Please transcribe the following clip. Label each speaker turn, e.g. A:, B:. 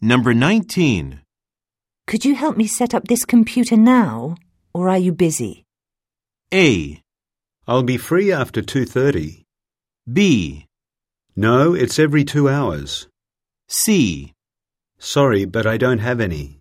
A: Number 19.
B: Could you help me set up this computer now, or are you busy?
A: A.
C: I'll be free after 2:30.
A: B.
C: No, it's every 2 hours.
A: C.
C: Sorry, but I don't have any.